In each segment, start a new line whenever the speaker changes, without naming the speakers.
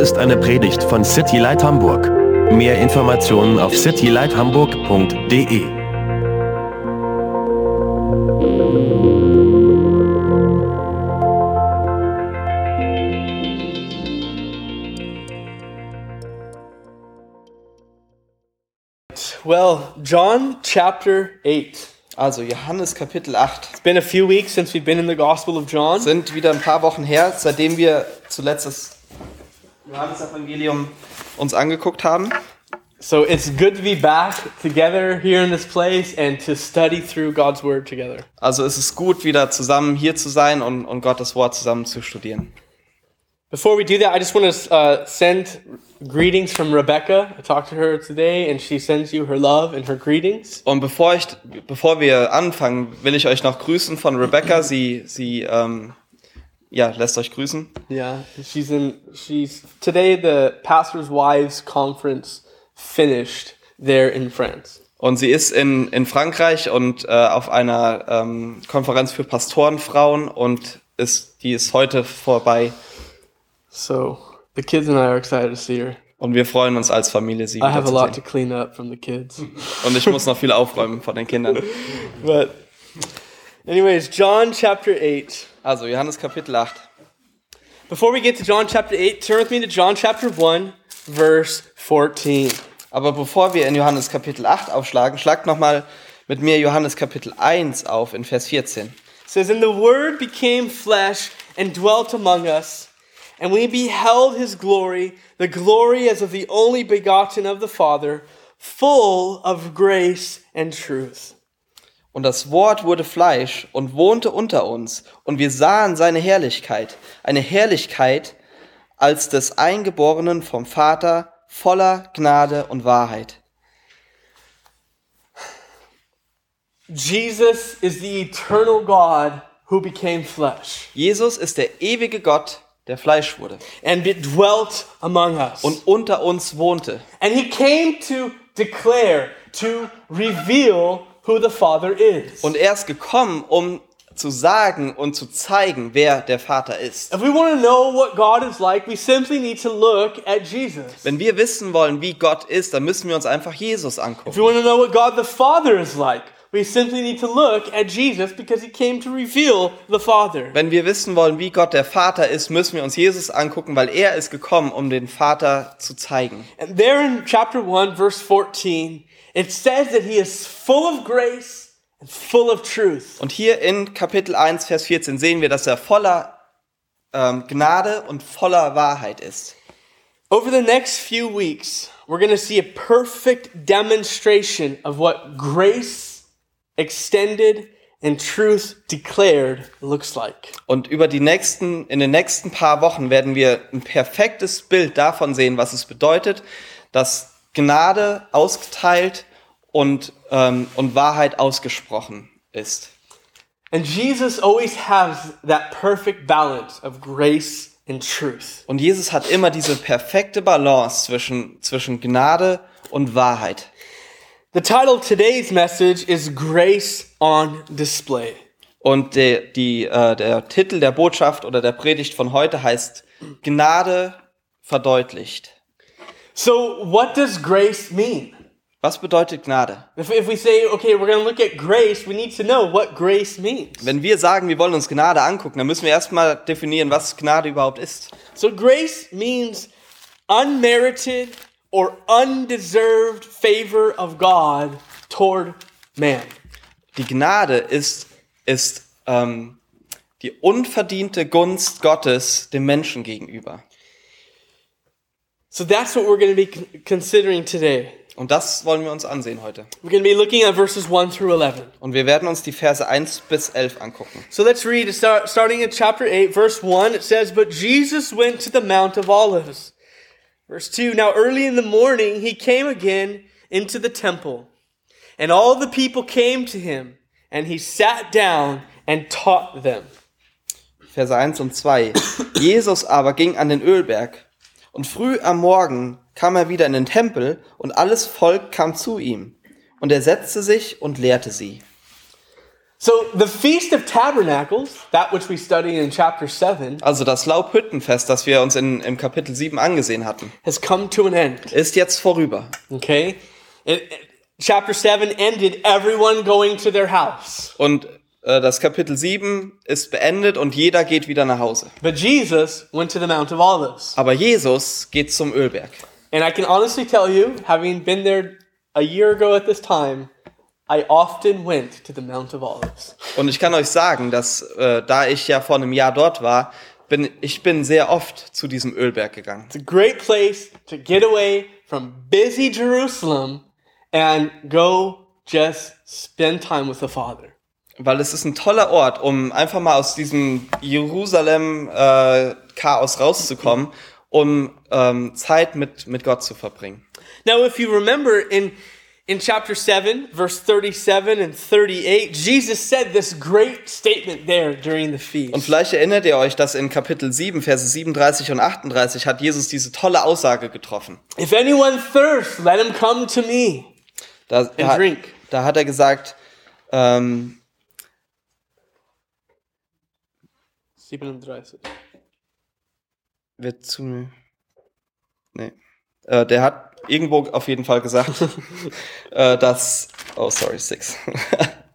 ist eine Predigt von City Light Hamburg. Mehr Informationen auf citylighthamburg.de.
Well, John chapter 8.
Also Johannes Kapitel 8.
It's been a few weeks since we've been in the Gospel of John.
Sind wieder ein paar Wochen her, seitdem wir zuletzt das Johannesevangelium uns angeguckt haben.
So it's good to be back together here in this place and to study through God's Word together.
Also es ist gut, wieder zusammen hier zu sein und, und Gottes Wort zusammen zu studieren.
Before we do that, I just want to uh, send greetings from Rebecca. I talked to her today and she sends you her love and her greetings.
Und bevor, ich, bevor wir anfangen, will ich euch noch grüßen von Rebecca. Sie, sie ähm, ja, lässt euch grüßen.
Yeah, she's in. She's today the pastors' wives conference finished there in France.
Und sie ist in, in Frankreich und äh, auf einer ähm, Konferenz für Pastorenfrauen und ist, die ist heute vorbei.
So the kids and I are excited to see her.
Und wir freuen uns als Familie, sie
I have a
wiederzusehen.
lot to clean up from the kids,
Und ich muss noch viel aufräumen von den Kindern.
but anyways, John chapter eight.
Also, Johannes Kapitel 8.
Before we get to John chapter eight, turn with me to John chapter one, verse fourteen.
Aber bevor wir in Johannes Kapitel 8 aufschlagen, schlagt nochmal mit mir Johannes Kapitel 1 auf in Vers 14.
It says, And the Word became flesh and dwelt among us, and we beheld his glory, the glory as of the only begotten of the Father, full of grace and truth.
Und das Wort wurde Fleisch und wohnte unter uns, und wir sahen seine Herrlichkeit, eine Herrlichkeit als des Eingeborenen vom Vater, voller Gnade und Wahrheit.
Jesus is the eternal God who became flesh
Jesus ist der ewige Gott, der Fleisch wurde
and it dwelt among us.
und unter uns wohnte.
And he came to declare, to reveal who the Father is.
Und er ist gekommen, um zu sagen und zu zeigen, wer der Vater ist.
If we want to know what God is like, we simply need to look at Jesus.
Wenn wir wissen wollen, wie Gott ist, dann müssen wir uns einfach Jesus
If we
angucken.
want to know what God the Father is like, we simply need to look at Jesus because he came to reveal the Father.
Wenn wir wissen wollen, wie Gott der Vater ist, müssen wir uns Jesus angucken, weil er ist gekommen, um den Vater zu zeigen.
And there in chapter 1, verse 14, it says that he is full of grace and full of truth.
Und hier in Kapitel 1, Vers 14 sehen wir, dass er voller ähm, Gnade und voller Wahrheit ist.
Over the next few weeks, we're going to see a perfect demonstration of what grace extended and truth declared looks like.
Und über die nächsten, in den nächsten paar Wochen werden wir ein perfektes Bild davon sehen, was es bedeutet, dass Gnade ausgeteilt und, ähm, und Wahrheit ausgesprochen ist.
And Jesus always has that perfect balance of grace and truth.
Und Jesus hat immer diese perfekte Balance zwischen, zwischen Gnade und Wahrheit.
The title of today's message is Grace on Display.
Und der, die, äh, der Titel der Botschaft oder der Predigt von heute heißt Gnade verdeutlicht.
So, what does grace mean?
Was bedeutet Gnade?
If, if we say, okay, we're going to look at grace, we need to know what grace means.
Wenn wir sagen, wir wollen uns Gnade angucken, dann müssen wir erstmal definieren, was Gnade überhaupt ist.
So, grace means unmerited or undeserved favor of God toward man.
Die Gnade ist, ist ähm, die unverdiente Gunst Gottes dem Menschen gegenüber.
So, that's what we're going to be con- considering today.
Und das wollen wir uns ansehen heute.
We're going to be looking at verses 1 through 11.
Und wir werden uns die Verse 1 bis 11 angucken.
So let's read, start, starting in chapter 8, verse 1. It says, But Jesus went to the Mount of Olives. Verse 2 Now early in the morning he came again into the temple, and all the people came to him, and he sat down and taught them.
Verse 1 und 2. Jesus aber ging an den Ölberg. Und früh am Morgen kam er wieder in den Tempel und alles Volk kam zu ihm. Und er setzte sich und lehrte sie.
So the Feast of Tabernacles, that which we studied in chapter 7,
Also das Laubhüttenfest, das wir uns in, im Kapitel 7 angesehen hatten,
has come to an end.
ist jetzt vorüber.
Okay? It, it- chapter 7 ended everyone going to their house.
Und äh, das Kapitel 7 ist beendet und jeder geht wieder nach Hause.
But Jesus went to the Mount of Olives.
Aber Jesus geht zum Ölberg.
And I can honestly tell you, having been there a year ago at this time, I often went to the Mount of Olives.
Und ich kann euch sagen, dass äh, da ich ja vor einem Jahr dort war, bin ich bin sehr oft zu diesem Ölberg gegangen.
It's a great place to get away from busy Jerusalem and go just spend time with the Father.
Weil es ist ein toller Ort, um einfach mal aus diesem Jerusalem-Chaos rauszukommen, um ähm, Zeit mit, mit Gott zu verbringen.
Now, if you remember in in chapter 7, verse 37 and 38, Jesus said this great statement there during the
Und
feast.
vielleicht erinnert ihr euch, dass in Kapitel 7, Verse 37 und 38 hat Jesus diese tolle Aussage getroffen.
If anyone thirsts, let him come to me
Da,
and
da,
drink.
da hat er gesagt, ähm,
37.
wird zu mir. Nee. Äh, der hat irgendwo auf jeden Fall gesagt, äh, dass. Oh, sorry, six.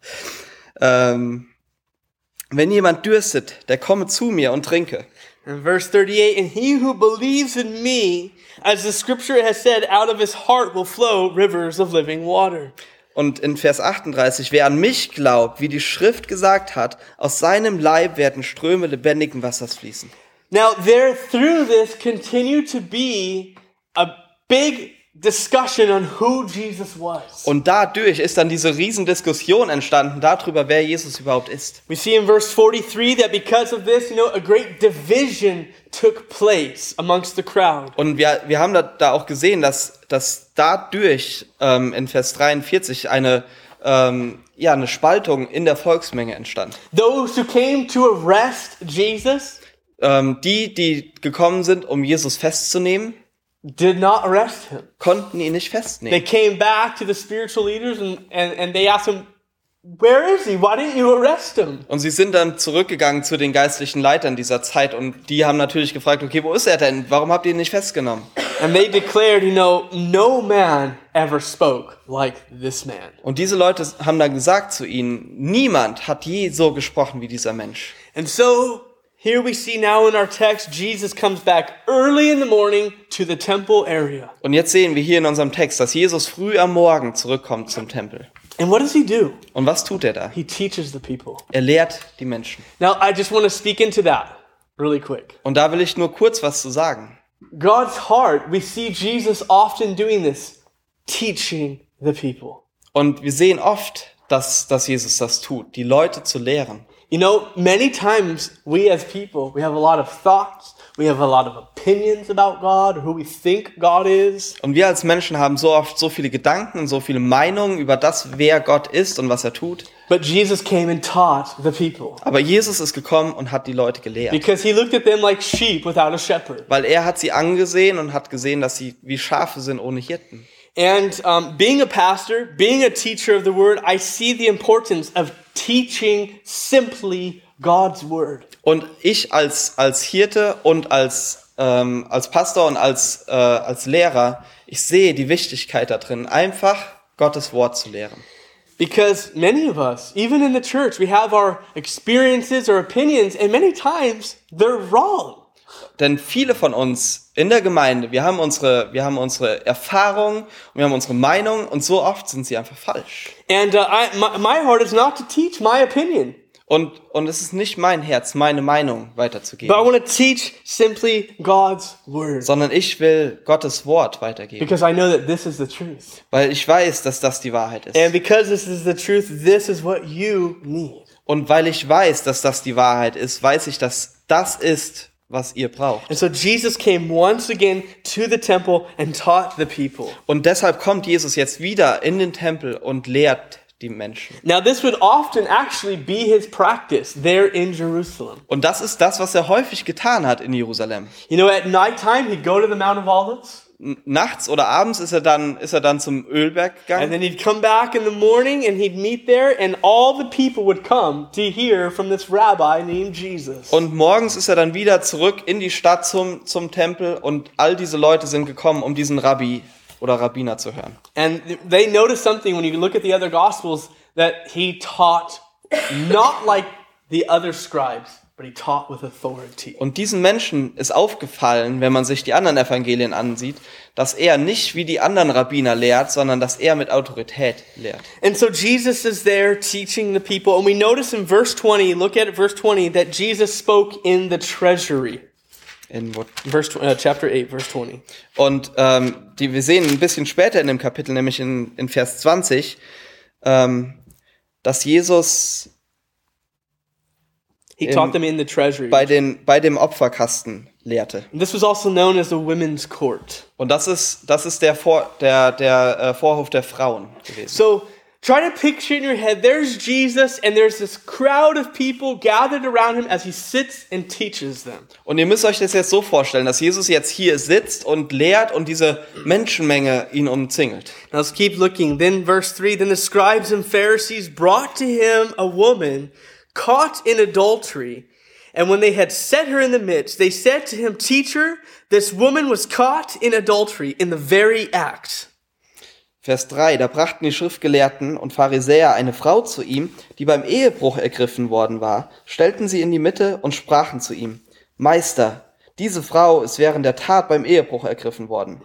ähm, wenn jemand dürstet, der komme zu mir und trinke.
In verse 38, and he who believes in me, as the scripture has said, out of his heart will flow rivers of living water.
Und in Vers 38, wer an mich glaubt, wie die Schrift gesagt hat, aus seinem Leib werden Ströme lebendigen Wassers fließen.
Now, there through this continue to be a big discussion on who Jesus was.
Und dadurch ist dann diese Riesendiskussion entstanden darüber, wer Jesus überhaupt ist.
We see in verse 43 that because of this, you know, a great division took place amongst the crowd.
Und wir, wir haben da, da auch gesehen, dass, dass dadurch ähm, in Vers 43 eine, ähm, ja, eine Spaltung in der Volksmenge entstand.
Those who came to arrest Jesus
Ähm, die, die gekommen sind, um Jesus festzunehmen,
did not arrest him.
konnten ihn nicht
They
festnehmen.
came back to the spiritual leaders and, and, and they asked him, Where is he? Why didn't you arrest him?
Und sie sind dann zurückgegangen zu den geistlichen Leitern dieser Zeit und die haben natürlich gefragt, okay, wo ist er denn? Warum habt ihr ihn nicht festgenommen?
And they declared, You know, no man ever spoke like this man.
Und diese Leute haben dann gesagt zu ihnen, niemand hat je so gesprochen wie dieser Mensch.
And so here we see now in our text, Jesus comes back early in the morning to the temple area.
Und jetzt sehen wir hier in unserem Text, dass Jesus früh am Morgen zurückkommt zum Tempel.
And what does he do?
Und was tut er da?
He teaches the people.
Er lehrt die Menschen.
Now, I just want to speak into that really quick.
Und da will ich nur kurz was zu sagen.
God's heart, we see Jesus often doing this, teaching the people.
Und wir sehen oft, dass, dass Jesus das tut, die Leute zu lehren.
You know, many times we as people, we have a lot of thoughts, we have a lot of opinions about God, who we think God is.
Und wir als Menschen haben so oft so viele Gedanken und so viele Meinungen über das, wer Gott ist und was er tut.
But Jesus came and taught the people
Aber Jesus ist gekommen und hat die Leute gelehrt.
because he looked at them like sheep without a shepherd.
Weil er hat sie angesehen und hat gesehen, dass sie wie Schafe sind ohne Hirten.
And um, being a pastor, being a teacher of the word, I see the importance of teaching simply God's word.
Und ich als, als Hirte und als, ähm, als Pastor und als, äh, als Lehrer, ich sehe die Wichtigkeit da drin, einfach Gottes Wort zu lehren.
Because many of us, even in the church, we have our experiences or opinions, and many times they're wrong.
Denn viele von uns in der Gemeinde, wir haben unsere, wir haben unsere Erfahrungen und wir haben unsere Meinung und so oft sind sie einfach falsch.
And uh, I, my, my heart is not to teach my opinion,
Und, und es ist nicht mein Herz, meine Meinung
but I
weiterzugeben,
want to teach simply God's word.
sondern ich will Gottes Wort weitergeben,
Because I know that this is the truth.
weil ich weiß, dass das die Wahrheit
And
ist.
because this is the truth, this is what you need.
Und weil ich weiß, dass das die Wahrheit ist, weiß ich, dass das ist, was ihr braucht.
And so Jesus came once again to the temple and taught the people.
Und deshalb kommt Jesus jetzt wieder in den Tempel und lehrt die Menschen.
Now, this would often actually be his practice there in Jerusalem.
Und das ist das, was er häufig getan hat in Jerusalem.
You know, at nighttime, he'd go to the Mount of Olives.
n- nachts oder abends ist er dann, ist er dann zum Ölberg
And
gegangen.
then he'd come back in the morning and he'd meet there, and all the people would come to hear from this rabbi named Jesus.
Und morgens ist er dann wieder zurück in die Stadt zum, zum Tempel und all diese Leute sind gekommen, um diesen Rabbi oder Rabbiner zu hören.
And they noticed something when you look at the other Gospels that he taught not like the other scribes, but he taught with authority.
Und diesen Menschen ist aufgefallen, wenn man sich die anderen Evangelien ansieht, dass er nicht wie die anderen Rabbiner lehrt, sondern dass er mit Autorität lehrt.
And so Jesus is there teaching the people. And we notice in verse 20, look at verse 20, that Jesus spoke in the treasury.
In Wut-
Verse, tw- uh, chapter 8, verse 20.
Und ähm, die, wir sehen ein bisschen später in dem Kapitel, nämlich in, in Vers 20, ähm, dass Jesus
He taught them in the treasury.
bei, den, bei dem Opferkasten lehrte.
This was also known as the women's court.
Und das ist, das ist der, Vor, der, der äh, Vorhof der Frauen gewesen.
So try to picture in your head there's Jesus, and there's this crowd of people gathered around him as he sits and teaches them.
Und ihr müsst euch das jetzt so vorstellen, dass Jesus jetzt hier sitzt und lehrt und diese Menschenmenge ihn umzingelt.
Now let's keep looking. Then, verse 3 Then the scribes and Pharisees brought to him a woman caught in adultery. And when they had set her in the midst, they said to him, Teacher, this woman was caught in adultery in the very act.
Vers 3, da brachten die Schriftgelehrten und Pharisäer eine Frau zu ihm, die beim Ehebruch ergriffen worden war, stellten sie in die Mitte und sprachen zu ihm, Meister, diese Frau ist während der Tat beim Ehebruch ergriffen worden.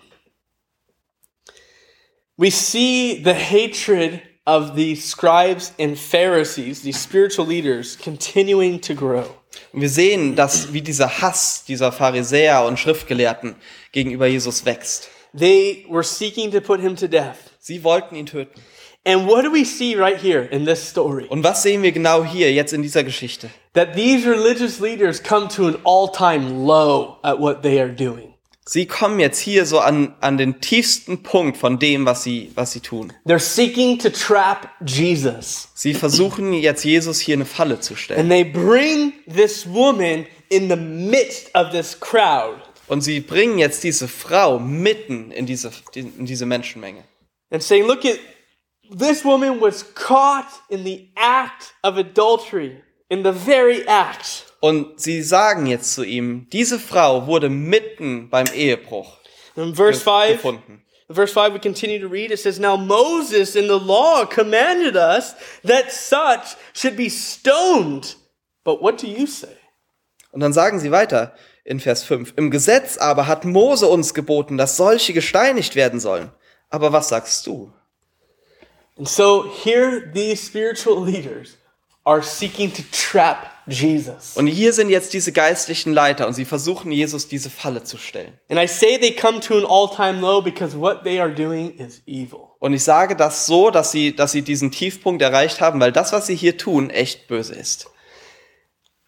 We see the hatred of the scribes and Pharisees, these spiritual leaders, continuing to grow.
Und wir sehen, dass wie dieser Hass dieser Pharisäer und Schriftgelehrten gegenüber Jesus wächst.
They were seeking to put him to death.
Sie wollten ihn töten.
And what do we see right here in this story?
Und was sehen wir genau hier jetzt in dieser Geschichte?
That these religious leaders come to an all time low at what they are doing.
Sie kommen jetzt hier so an, an den tiefsten Punkt von dem, was sie, was sie tun.
They're seeking to trap Jesus.
Sie versuchen jetzt Jesus hier eine Falle zu stellen.
And they bring this woman in the midst of this crowd.
Und sie bringen jetzt diese Frau mitten in diese, in diese Menschenmenge.
and saying, Look at this woman was caught in the act of adultery, in the very act.
Und sie sagen jetzt zu ihm, diese Frau wurde mitten beim Ehebruch
In verse 5,
gefunden.
verse 5, we continue to read. It says, Now Moses in the law commanded us that such should be stoned. But what do you say?
Und dann sagen sie weiter in Vers 5, im Gesetz aber hat Mose uns geboten, dass solche gesteinigt werden sollen. Aber was sagst du?
And so here these spiritual leaders are seeking to trap Jesus.
Und hier sind jetzt diese geistlichen Leiter und sie versuchen Jesus diese Falle zu stellen.
And I say they come to an all time low because what they are doing is evil.
Und ich sage das so, dass sie, dass sie diesen Tiefpunkt erreicht haben, weil das, was sie hier tun, echt böse ist.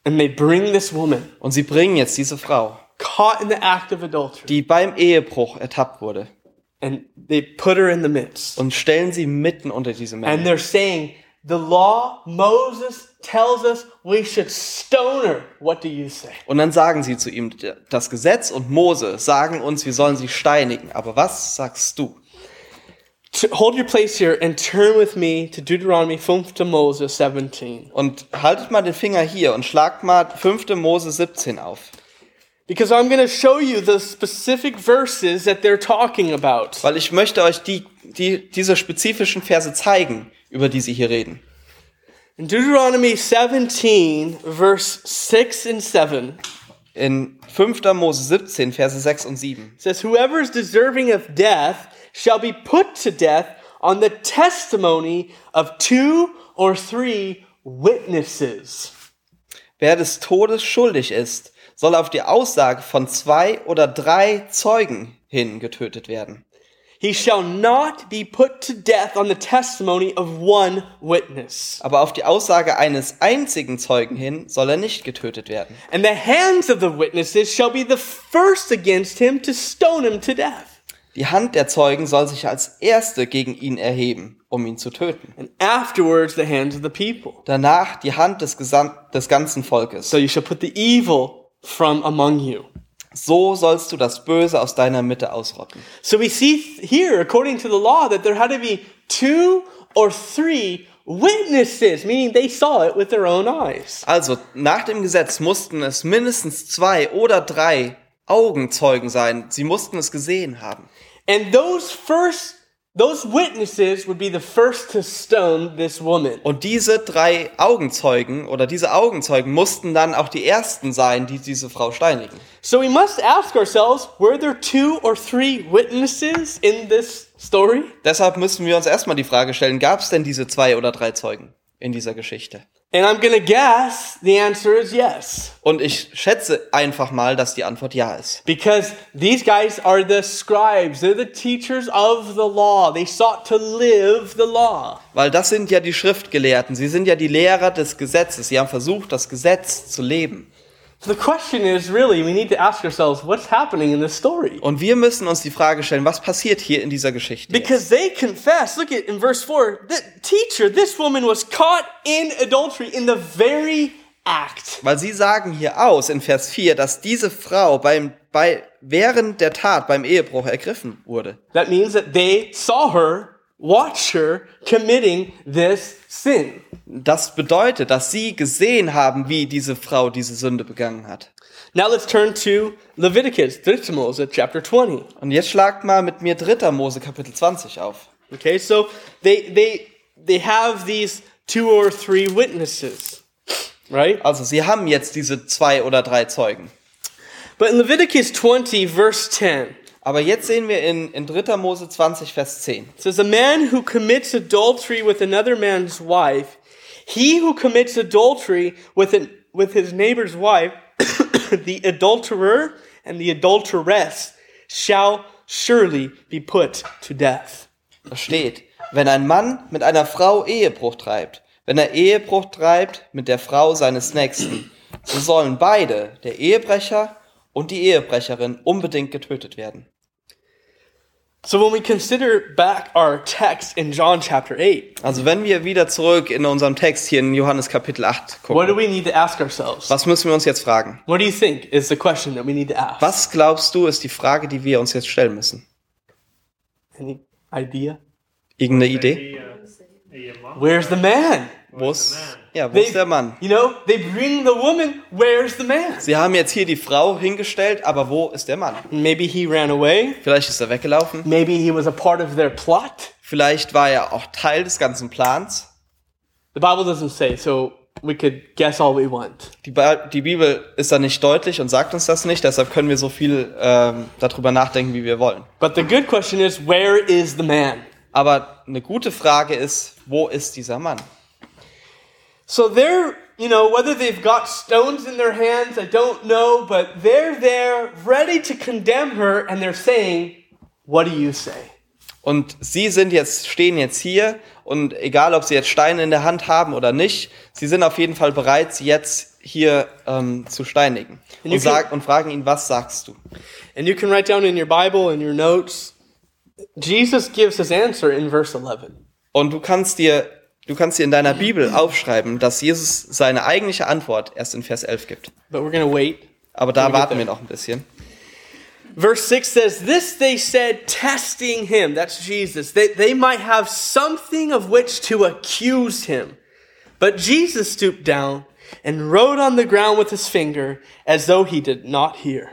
And they bring this woman
Und sie bringen jetzt diese Frau
caught in the act of adultery.
die beim Ehebruch ertappt wurde,
and they put her in the midst.
und stellen sie mitten unter diese
And
Menge.
they're saying, the law, Moses tells us we should stone her. What do you say?
Und dann sagen sie zu ihm, das Gesetz und Mose sagen uns, wir sollen sie steinigen. Aber was sagst du?
T- hold your place here and turn with me to Deuteronomy 5 to Moses 17.
Und haltet mal den Finger hier und schlagt mal 5. Mose 17 auf.
Because I'm going to show you the specific verses that they're talking about.
Weil ich möchte euch die, die, diese spezifischen Verse zeigen, über die sie hier reden.
In Deuteronomy 17, verse 6 and 7
In 5. Mose 17, Verse 6 und 7.
says, Whoever is deserving of death shall be put to death on the testimony of two or three witnesses.
Wer des Todes schuldig ist, soll auf die Aussage von zwei oder drei Zeugen hin getötet werden.
He shall not be put to death on the testimony of one witness.
aber auf die Aussage eines einzigen Zeugen hin soll er nicht getötet werden.
And the hands of the witnesses shall be the first against him to stone him to death.
Die Hand der Zeugen soll sich als erste gegen ihn erheben, um ihn zu töten.
And afterwards, the hands of the people.
Danach die Hand des, Gesam des ganzen Volkes.
So you shall put the evil from among you.
So sollst du das Böse aus deiner Mitte ausrotten.
So we see th- here, according to the law, that there had to be two or three witnesses, meaning they saw it with their own eyes.
Also, nach dem Gesetz mussten es mindestens zwei oder drei Augenzeugen sein. Sie mussten es gesehen haben.
And those first, those witnesses would be the first to stone this woman.
Und diese drei Augenzeugen oder diese Augenzeugen mussten dann auch die ersten sein, die diese Frau steinigen.
So we must ask ourselves were there two or three witnesses in this story?
Deshalb müssen wir uns erstmal die Frage stellen, gab es denn diese zwei oder drei Zeugen in dieser Geschichte?
And I'm going to guess the answer is yes.
Und ich schätze einfach mal, dass die Antwort ja ist.
Because these guys are the scribes, they're the teachers of the law. They sought to live the law.
Weil das sind ja die Schriftgelehrten, sie sind ja die Lehrer des Gesetzes, sie haben versucht, das Gesetz zu leben.
So the question is really, we need to ask ourselves what's happening in this story?
Und wir müssen uns die Frage stellen, was passiert hier in dieser Geschichte?
Because they confess, look at in verse 4, the teacher, this woman was caught in adultery in the very act.
Weil sie sagen hier aus in Vers 4, dass diese Frau beim, bei, während der Tat beim Ehebruch ergriffen wurde.
That means that they saw her, watched her committing this sin.
Das bedeutet, dass sie gesehen haben, wie diese Frau diese Sünde begangen hat.
Now let's turn to Leviticus, dritte Mose, chapter 20.
Und jetzt schlagt mal mit mir 3. Mose Kapitel 20 auf.
Okay, so they they they have these two or three witnesses, right?
Also, sie haben jetzt diese zwei oder drei Zeugen.
But in Leviticus 20 verse 10,
Aber jetzt sehen wir in, in 3. Mose 20, Vers 10.
It says, A man who commits adultery with another man's wife, he who commits adultery with, an, with his neighbor's wife, the adulterer and the adulteress shall surely be put to death.
Da steht, wenn ein Mann mit einer Frau Ehebruch treibt, wenn er Ehebruch treibt mit der Frau seines Nächsten, so sollen beide, der Ehebrecher und die Ehebrecherin, unbedingt getötet werden.
So when we consider back our text in John chapter 8,
Also wenn wir wieder zurück in unserem Text hier in Johannes Kapitel 8
what do
gucken,
we need to ask ourselves?
was müssen wir uns jetzt fragen?
What do you think is the question that we need to ask?
Was glaubst du, ist die Frage, die wir uns jetzt stellen müssen?
Any idea?
Irgendeine Idee?
Where's the man?
Wo ist, ja, wo ist der Mann?
You know, they bring the woman. Where's the man?
Sie haben jetzt hier die Frau hingestellt, aber wo ist der Mann?
Maybe he ran away.
Vielleicht ist er weggelaufen,
Maybe he was a part of their plot.
vielleicht war er auch Teil des ganzen Plans.
The Bible doesn't say, so we could guess all we want.
Die, Ba- die Bibel ist da nicht deutlich und sagt uns das nicht, deshalb können wir so viel ähm, darüber nachdenken, wie wir wollen.
But the good question is, where is the man?
Aber eine gute Frage ist, wo ist dieser Mann?
So they're, you know, whether they've got stones in their hands, I don't know, but they're there ready to condemn her and they're saying, what do you say?
Und sie sind jetzt, stehen jetzt hier und egal, ob sie jetzt Steine in der Hand haben oder nicht, sie sind auf jeden Fall bereit, sie jetzt hier ähm, zu steinigen.
you can-
Und, sag, und fragen ihn, was sagst du?
And you can write down in your Bible and your notes, Jesus gives his answer in verse 11.
Und du kannst dir, du kannst dir in deiner Bibel aufschreiben, dass Jesus seine eigentliche Antwort erst in Vers 11 gibt.
But we're going to wait
Aber da
Can we get
warten wir
there?
noch ein bisschen.
Verse 6 says, This they said, testing him. That's Jesus. They, they might have something of which to accuse him. But Jesus stooped down and wrote on the ground with his finger as though he did not hear.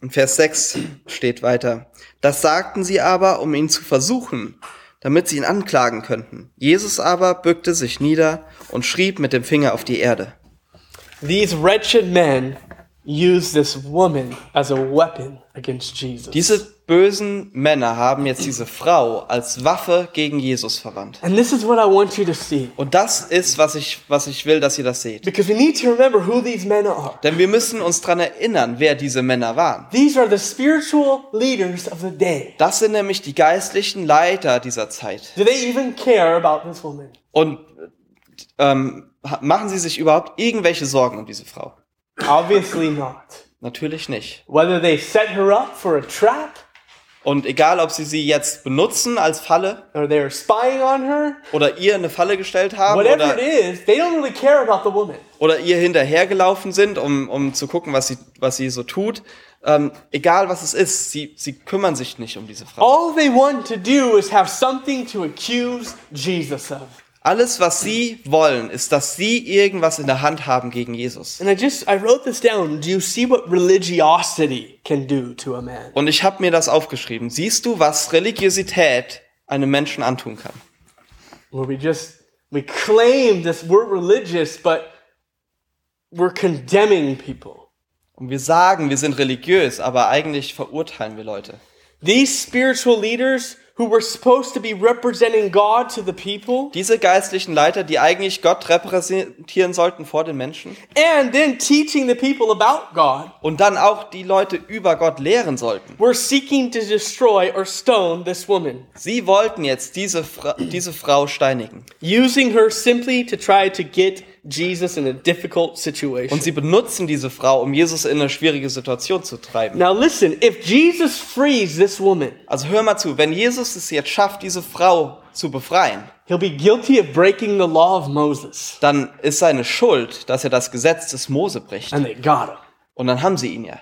In Vers 6 steht weiter. Das sagten sie aber, um ihn zu versuchen, damit sie ihn anklagen könnten. Jesus aber bückte sich nieder und schrieb mit dem Finger auf die Erde.
These wretched men used this woman as a weapon against Jesus.
Diese bösen Männer haben jetzt diese Frau als Waffe gegen Jesus verwandt.
and this is what I want you to see.
Und das ist, was ich, was ich will, dass ihr das seht.
Because we need to remember who these men are.
Denn wir müssen uns dran erinnern, wer diese Männer waren.
These are the spiritual leaders of the day.
Das sind nämlich die geistlichen Leiter dieser Zeit.
Do they even care about this woman?
Und ähm, ha- machen sie sich überhaupt irgendwelche Sorgen um diese Frau?
Obviously not.
Natürlich nicht.
whether they set her up for a trap
Und egal, ob sie sie jetzt benutzen als Falle
or they are spying on her,
oder ihr eine Falle gestellt haben
whatever it
oder,
is, they don't really care about the woman.
oder ihr hinterhergelaufen sind, um, um zu gucken, was sie, was sie so tut. Ähm, egal, was es ist, sie, sie kümmern sich nicht um diese Frau.
All they want to do is have something to accuse Jesus of.
Alles, was sie wollen, ist, dass sie irgendwas in der Hand haben gegen Jesus.
And I just I wrote this down. Do you see what religiosity can do to a man?
Und ich habe mir das aufgeschrieben. Siehst du, was Religiosität einem Menschen antun kann?
Where we just we claim this we're religious, but we're condemning people.
Und wir sagen, wir sind religiös, aber eigentlich verurteilen wir Leute.
These spiritual leaders who were supposed to be representing God to the people
Diese geistlichen Leiter, die eigentlich Gott repräsentieren sollten vor den Menschen
and then teaching the people about God
und dann auch die Leute über Gott lehren sollten.
were seeking to destroy or stone this woman,
Sie wollten jetzt diese, Fra diese Frau steinigen.
using her simply to try to get Jesus in a difficult situation.
Und sie benutzen diese Frau, um Jesus in eine schwierige Situation zu treiben.
Now listen, if Jesus frees this woman,
Also hör mal zu, wenn Jesus es jetzt schafft, diese Frau zu befreien,
he'll be guilty of breaking the law of Moses.
dann ist seine Schuld, dass er das Gesetz des Mose bricht.
And they got him.
Und dann haben sie ihn ja.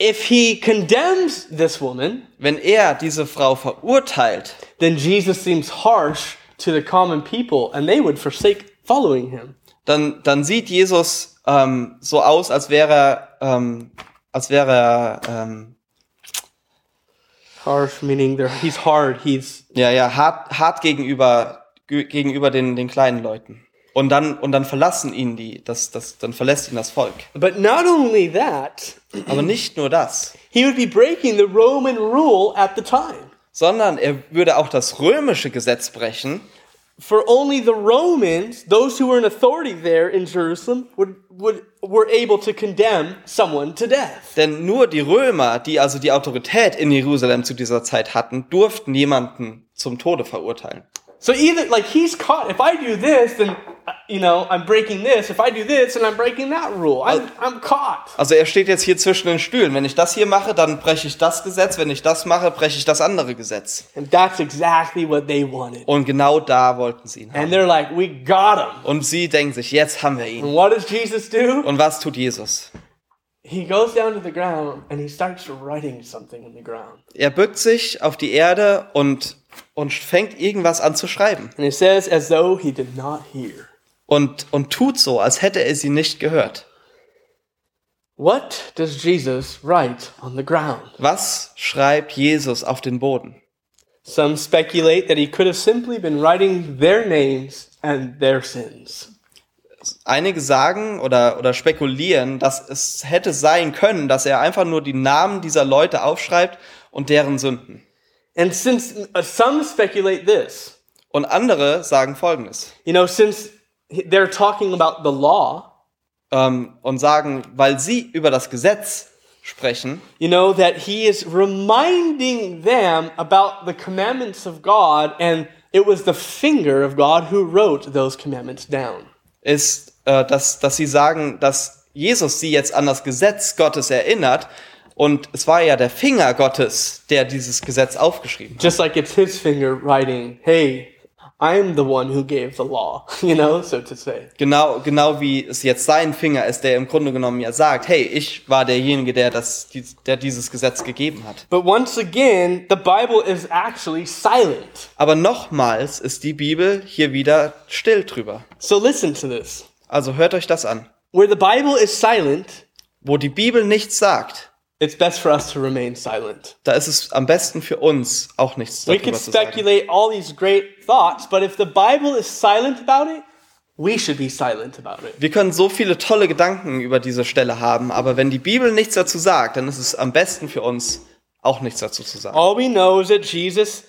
If he condemns this woman,
Wenn er diese Frau verurteilt,
then Jesus seems harsh to the common people and they would forsake following him.
dann, dann sieht Jesus ähm, so aus, als wäre er, ähm, als wäre er ähm,
Harsh meaning they're, he's hard, he's
ja, ja, hart, hart gegenüber, ge- gegenüber den, den kleinen Leuten. Und dann, und dann verlassen ihn die, das, das, dann verlässt ihn das Volk.
But not only that,
Aber nicht nur das,
he would be breaking the Roman rule at the time.
sondern er würde auch das römische Gesetz brechen,
For only the Romans, those who were in authority there in Jerusalem, would, would, were able to condemn someone to death.
denn nur die Römer, die also die Autorität in Jerusalem zu dieser Zeit hatten, durften jemanden zum Tode verurteilen.
So either, like, he's caught. If I do this, then, uh, you know, I'm breaking this. If I do this, then I'm breaking that rule. I'm, I'm caught.
Also er steht jetzt hier zwischen den Stühlen. Wenn ich das hier mache, dann breche ich das Gesetz. Wenn ich das mache, breche ich das andere Gesetz.
And that's exactly what they wanted.
Und genau da wollten sie ihn
And
haben.
they're like, we got him.
Und sie denken sich, jetzt haben wir ihn.
And what does Jesus do?
Und was tut Jesus?
He goes down to the ground and he starts writing something in the ground.
Er bückt sich auf die Erde und, und fängt irgendwas an zu schreiben.
And it says, as though he did not hear.
Und, und tut so, als hätte er sie nicht gehört.
What does Jesus write on the ground?
Was schreibt Jesus auf den Boden?
Some speculate that he could have simply been writing their names and their sins.
Einige sagen oder, oder spekulieren, dass es hätte sein können, dass er einfach nur die Namen dieser Leute aufschreibt und deren Sünden.
And since uh, some speculate this,
Und andere sagen Folgendes
you know, since they're talking about the law,
ähm, und sagen, weil sie über das Gesetz sprechen,
you know, that he is reminding them about the commandments of God, and it was the finger of God who wrote those commandments down.
ist, äh, dass, dass sie sagen, dass Jesus sie jetzt an das Gesetz Gottes erinnert. Und es war ja der Finger Gottes, der dieses Gesetz aufgeschrieben hat.
Just like it's his finger writing, hey, I'm the one who gave the law, you know, so to say.
Genau, genau wie es jetzt sein Finger ist, der im Grunde genommen ja sagt, hey, ich war derjenige, der, das, dies- der dieses Gesetz gegeben hat.
But once again, the Bible is actually silent.
Aber nochmals ist die Bibel hier wieder still drüber.
So listen to this.
Also hört euch das an.
Where the Bible is silent,
Wo die Bibel nichts sagt,
it's best for us to remain silent.
da ist es am besten für uns auch nichts
We
darüber
could
zu sagen.
speculate all these great thoughts, but if the Bible is silent about it, we should be silent about it.
Wir können so viele tolle Gedanken über diese Stelle haben, aber wenn die Bibel nichts dazu sagt, dann ist es am besten für uns auch nichts dazu zu sagen.
All we know is that Jesus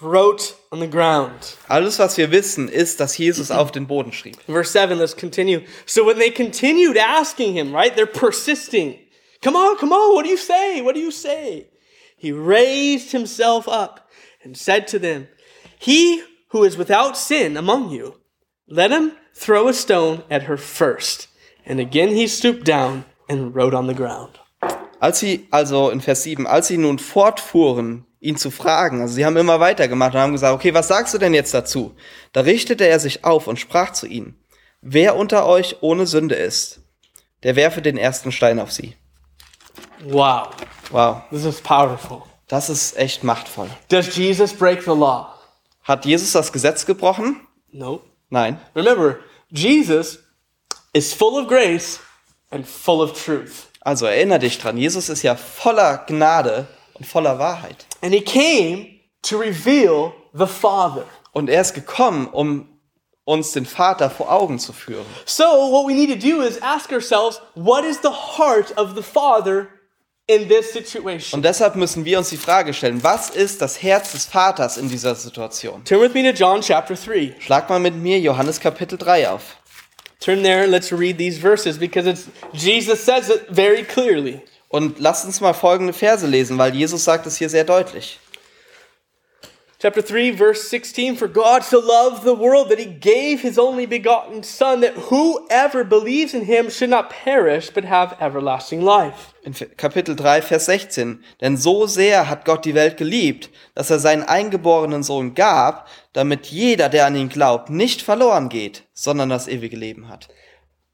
wrote on the ground.
Alles, was wir wissen, ist, dass Jesus auf den Boden schrieb.
Verse 7, let's continue. So when they continued asking him, right, they're persisting. Come on, come on, what do you say? What do you say? He raised himself up and said to them, He who is without sin among you, let him throw a stone at her first. And again he stooped down and wrote on the ground.
Als sie, also in Vers 7, als sie nun fortfuhren, ihn zu fragen, also sie haben immer weitergemacht und haben gesagt, okay, was sagst du denn jetzt dazu? Da richtete er sich auf und sprach zu ihnen, wer unter euch ohne Sünde ist, der werfe den ersten Stein auf sie.
Wow,
Wow,
this is powerful.
das ist echt machtvoll.
Does Jesus break the law?
Hat Jesus das Gesetz gebrochen?
No.
Nein.
Remember, Jesus is full of grace and full of truth.
Also erinnere dich dran, Jesus ist ja voller Gnade und voller Wahrheit.
And he came to reveal the Father.
Und er ist gekommen, um uns den Vater vor Augen zu führen.
So, what we need to do is ask ourselves what is the heart of the Father in this situation?
Und deshalb müssen wir uns die Frage stellen, was ist das Herz des Vaters in dieser Situation?
Turn with me to John chapter 3.
Schlag mal mit mir Johannes Kapitel 3 auf.
Turn there, let's read these verses because it's Jesus says it very clearly.
Und lasst uns mal folgende Verse lesen, weil Jesus sagt es hier sehr deutlich.
Chapter 3, verse 16 For God so loved the world that he gave his only begotten Son, that whoever believes in him should not perish, but have everlasting life.
In F- Kapitel 3, Vers 16. Denn so sehr hat Gott die Welt geliebt, dass er seinen eingeborenen Sohn gab, damit jeder, der an ihn glaubt, nicht verloren geht, sondern das ewige Leben hat.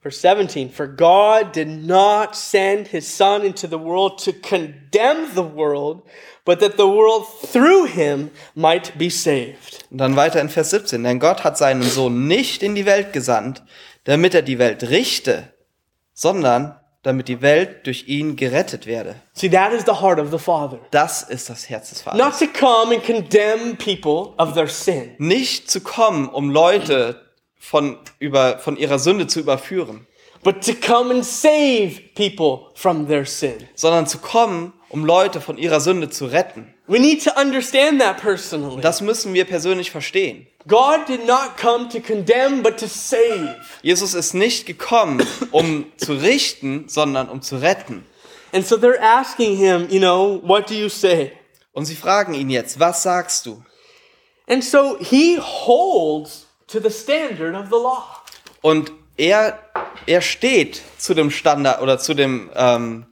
Verse 17 For God did not send his Son into the world to condemn the world, but that the world through him might be saved.
Und dann weiter in Vers 17. Denn Gott hat seinen Sohn nicht in die Welt gesandt, damit er die Welt richte, sondern damit die Welt durch ihn gerettet werde.
See, that is the heart of the Father.
Das ist das Herz des Vaters.
Not to come and condemn people of their sin.
nicht zu kommen, um Leute von, über, von ihrer Sünde zu überführen,
but to come and save people from their sin.
sondern zu kommen, um Leute von ihrer Sünde zu retten.
We need to understand that personally.
Das müssen wir persönlich verstehen.
God did not come to condemn, but to save.
Jesus ist nicht gekommen, um zu richten, sondern um zu retten.
And so they're asking him, you know, what do you say?
Und sie fragen ihn jetzt, was sagst du?
And so he holds to the standard of the law.
Und er, er steht zu dem Standard oder zu dem, ähm,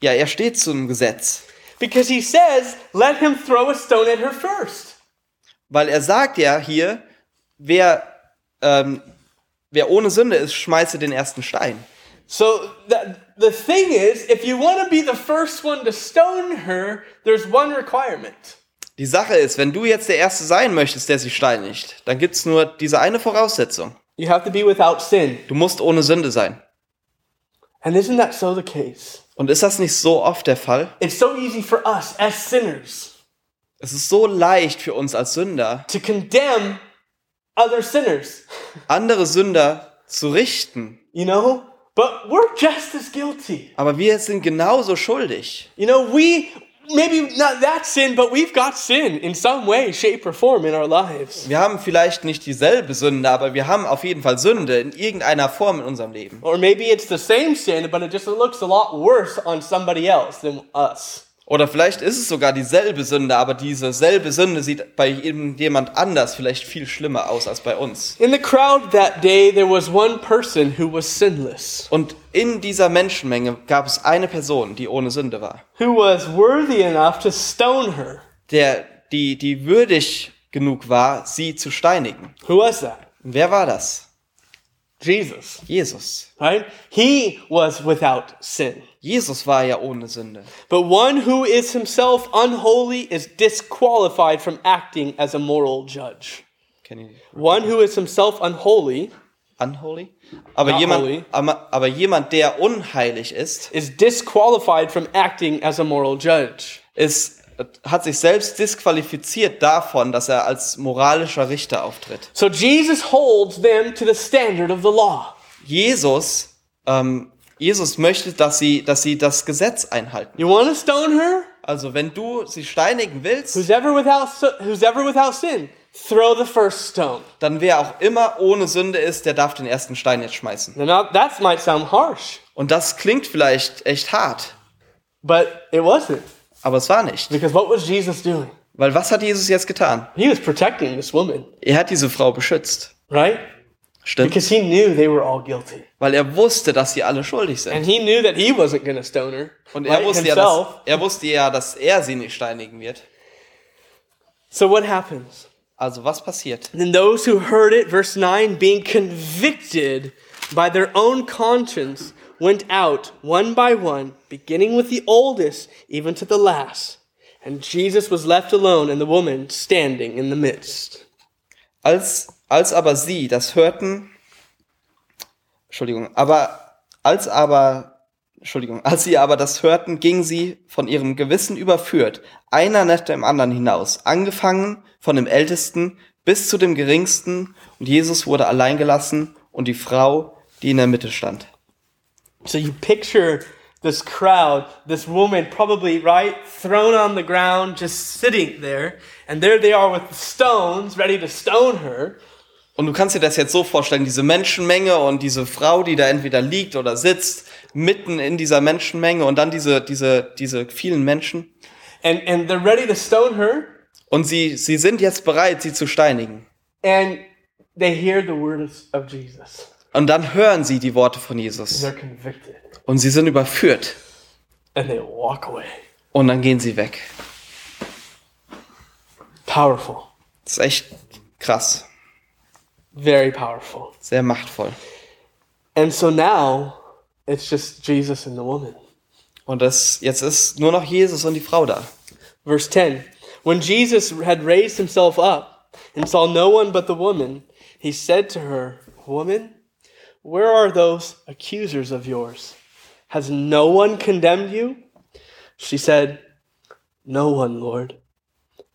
ja, er steht zu dem Gesetz.
Because he says, let him throw a stone at her first.
Weil er sagt ja hier, wer, ähm, wer ohne Sünde ist, schmeiße den ersten Stein.
So the, the thing is, if you want to be the first one to stone her, there's one requirement.
Die Sache ist, wenn du jetzt der Erste sein möchtest, der sie steinigt, dann gibt's nur diese eine Voraussetzung.
You have to be without sin.
Du musst ohne Sünde sein.
And isn't that so the case?
Und ist das nicht so oft der Fall?
It's so easy for us as sinners
Es ist so leicht für uns als Sünder,
to condemn other sinners,
andere Sünder zu richten.
you know? But we're just as guilty.
Aber wir sind genauso schuldig.
You know, we maybe not that sin, but we've got sin in some way, shape, or form in our lives.
Wir haben vielleicht nicht dieselbe Sünde, aber wir haben auf jeden Fall Sünde in irgendeiner Form in unserem Leben.
Or maybe it's the same sin, but it just looks a lot worse on somebody else than us.
Oder vielleicht ist es sogar dieselbe Sünde, aber diese selbe Sünde sieht bei jemand anders vielleicht viel schlimmer aus als bei uns.
In the crowd that day, there was one person who was sinless,
Und in dieser Menschenmenge gab es eine Person, die ohne Sünde war,
who was worthy enough to stone her.
der, die, die würdig genug war, sie zu steinigen.
Who was that?
Und wer war das?
Jesus,
Jesus.
right? He was without sin.
Jesus war ja ohne Sünde.
But one who is himself unholy is disqualified from acting as a moral judge.
Can you
One who is himself unholy
unholy? Aber
Not holy.
jemand, aber, aber jemand, der unheilig ist,
is disqualified from acting as a moral judge.
ist, hat sich selbst disqualifiziert davon, dass er als moralischer Richter auftritt.
So Jesus holds them to the standard of the law.
Jesus, ähm, Jesus möchte, dass sie, dass sie das Gesetz einhalten.
You want to stone her?
Also wenn du sie steinigen willst,
Who's ever without so- who's ever without sin? Throw the first stone.
dann wer auch immer ohne Sünde ist, der darf den ersten Stein jetzt schmeißen.
Now now, that might sound harsh,
Und das klingt vielleicht echt hart,
but it wasn't
aber es war nicht.
because what was Jesus doing?
Weil was hat Jesus jetzt getan?
He was protecting this woman,
Er hat diese Frau beschützt.
right?
Stimmt?
because he knew they were all guilty.
Weil er wusste, dass sie alle schuldig sind.
And he knew that he wasn't going to stone her.
Und er
right,
wusste, ja, dass,
himself.
er wusste ja, dass er sie nicht steinigen wird.
So what happens?
Also was passiert?
Then those who heard it, verse 9, being convicted by their own conscience, went out one by one, beginning with the oldest, even to the last. And Jesus was left alone and the woman standing in the midst.
Als, als aber sie das hörten, Entschuldigung, aber als aber, Entschuldigung, als sie aber das hörten, gingen sie von ihrem Gewissen überführt, einer nach dem anderen hinaus, angefangen von dem Ältesten bis zu dem Geringsten, und Jesus wurde allein gelassen und die Frau, die in der Mitte stand.
So you picture this crowd, this woman probably, right, thrown on the ground, just sitting there. And there they are with the stones, ready to stone her.
Und du kannst dir das jetzt so vorstellen, diese Menschenmenge und diese Frau, die da entweder liegt oder sitzt, mitten in dieser Menschenmenge und dann diese, diese, diese vielen Menschen.
And, and they're ready to stone her.
Und sie, sie sind jetzt bereit, sie zu steinigen.
And they hear the words of Jesus.
Und dann hören sie die Worte von Jesus.
They're convicted.
Und sie sind überführt.
And they walk away.
Und dann gehen sie weg.
Powerful.
Das ist echt krass.
Very powerful.
Sehr machtvoll.
And so now it's just Jesus and the woman.
Und das, jetzt ist nur noch Jesus und die Frau da.
Verse 10 When Jesus had raised himself up and saw no one but the woman, he said to her, Woman, where are those accusers of yours? Has no one condemned you? She said, No one, Lord.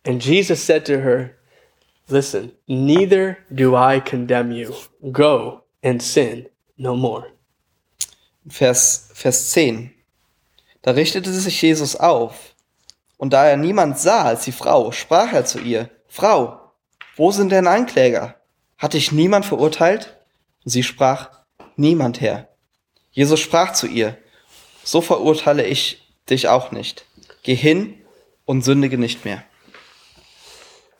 And Jesus said to her, Listen, neither do I condemn you. Go and sin no more.
Vers, Vers 10. Da richtete sich Jesus auf. Und da er niemand sah als die Frau, sprach er zu ihr, Frau, wo sind denn Ankläger? Hat dich niemand verurteilt? Und sie sprach, niemand Herr. Jesus sprach zu ihr, so verurteile ich dich auch nicht. Geh hin und sündige nicht mehr.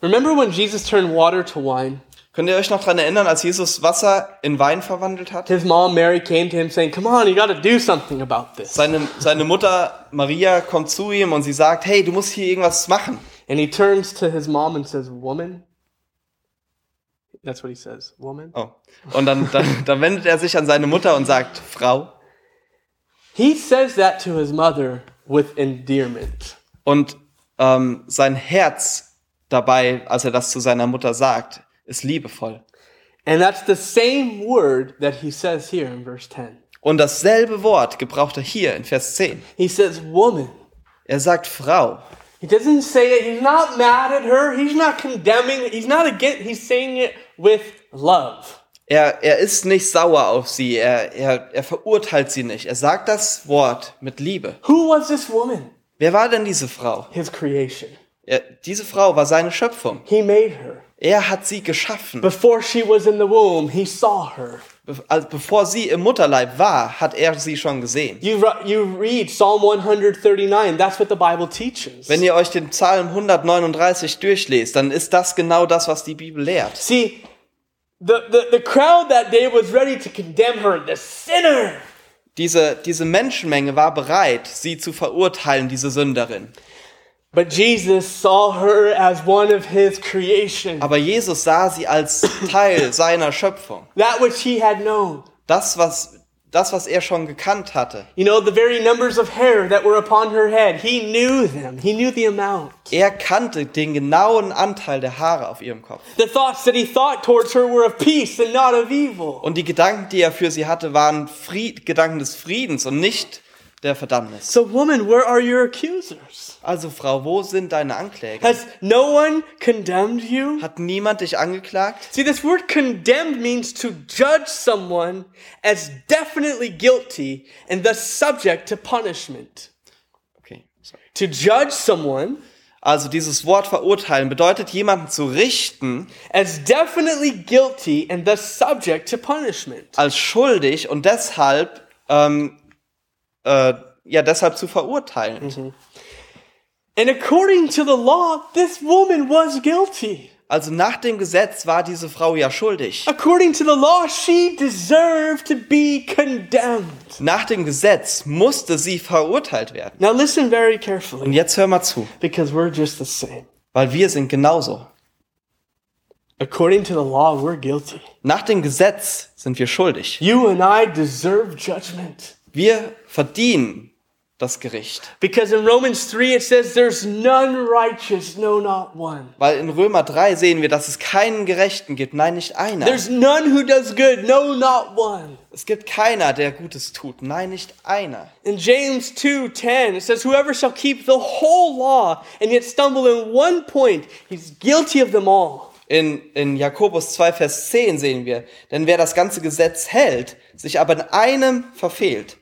Remember when Jesus turned water to wine?
Könnt ihr euch noch dran erinnern, als Jesus Wasser in Wein verwandelt hat?
His mom, Mary, came to him saying, Come on, you got to do something about this.
Seine, seine Mutter Maria kommt zu ihm und sie sagt, hey, du musst hier irgendwas machen.
And he turns to his mom and says, Woman? That's what he says, woman.
Oh. Und dann, dann, dann wendet er sich an seine Mutter und sagt, Frau.
He says that to his mother with endearment.
Und ähm, sein Herz dabei, als er das zu seiner Mutter sagt, ist liebevoll.
And that's the same word that he says here in verse 10.
Und dasselbe Wort gebraucht er hier in Vers 10.
He says, Woman.
Er sagt Frau.
He doesn't say it, he's not mad at her, he's not condemning, he's not against, he's saying it with love.
Er, er ist nicht sauer auf sie, er, er, er verurteilt sie nicht. Er sagt das Wort mit Liebe.
Who was this woman?
Wer war denn diese Frau?
His creation.
Er, diese Frau war seine Schöpfung.
He made her.
Er hat sie geschaffen.
Before she was in the womb, he saw her.
Be also bevor sie im Mutterleib war, hat er sie schon gesehen.
You, ri- you read Psalm 139, that's what the Bible teaches.
Wenn ihr euch den Psalm 139 durchlest, dann ist das genau das, was die Bibel lehrt.
See, the, the, the crowd that day was ready to condemn her, the sinner.
Diese, diese Menschenmenge war bereit, sie zu verurteilen, diese Sünderin.
But Jesus saw her as one of his creation,
Aber Jesus sah sie als Teil seiner Schöpfung.
that which he had known.
Das, was, das, was er schon gekannt hatte.
You know, the very numbers of hair that were upon her head, he knew them, he knew the amount.
Er kannte den genauen Anteil der Haare auf ihrem Kopf.
The thoughts that he thought towards her were of peace and not of evil.
Und die Gedanken, die er für sie hatte, waren Fried, Gedanken des Friedens und nicht der Verdammnis.
So, woman, where are your accusers?
Also, Frau, wo sind deine Ankläger?
Has no one condemned you?
Hat niemand dich angeklagt?
See, this word condemned means to judge someone as definitely guilty and thus subject to punishment.
Okay, sorry.
To judge someone
Also dieses Wort verurteilen bedeutet jemanden zu richten
as definitely guilty and thus subject to punishment.
als schuldig und deshalb ähm, äh, ja deshalb zu verurteilen.
And according to the law, this woman was guilty.
Also nach dem Gesetz war diese Frau ja schuldig.
According to the law, she deserved to be condemned.
Nach dem Gesetz musste sie verurteilt werden.
Now listen very
Und
carefully
jetzt hör mal zu,
because we're just the same.
weil wir sind genauso.
According to the law, we're guilty.
Nach dem Gesetz sind wir schuldig.
You and I deserve judgment.
Wir verdienen das Gericht.
Because in Romans 3 it says there's none righteous, no not one.
Weil in Römer 3 sehen wir, dass es keinen Gerechten gibt. Nein, nicht einer.
There's none who does good, no not one.
es gibt keiner, der Gutes tut. Nein, nicht einer.
In James 2:10 it says whoever shall keep the whole law and yet stumble in one point, he's guilty of them all.
In, in Jakobus 2, Vers 10 sehen wir, denn wer das ganze Gesetz hält, sich aber in einem verfehlt,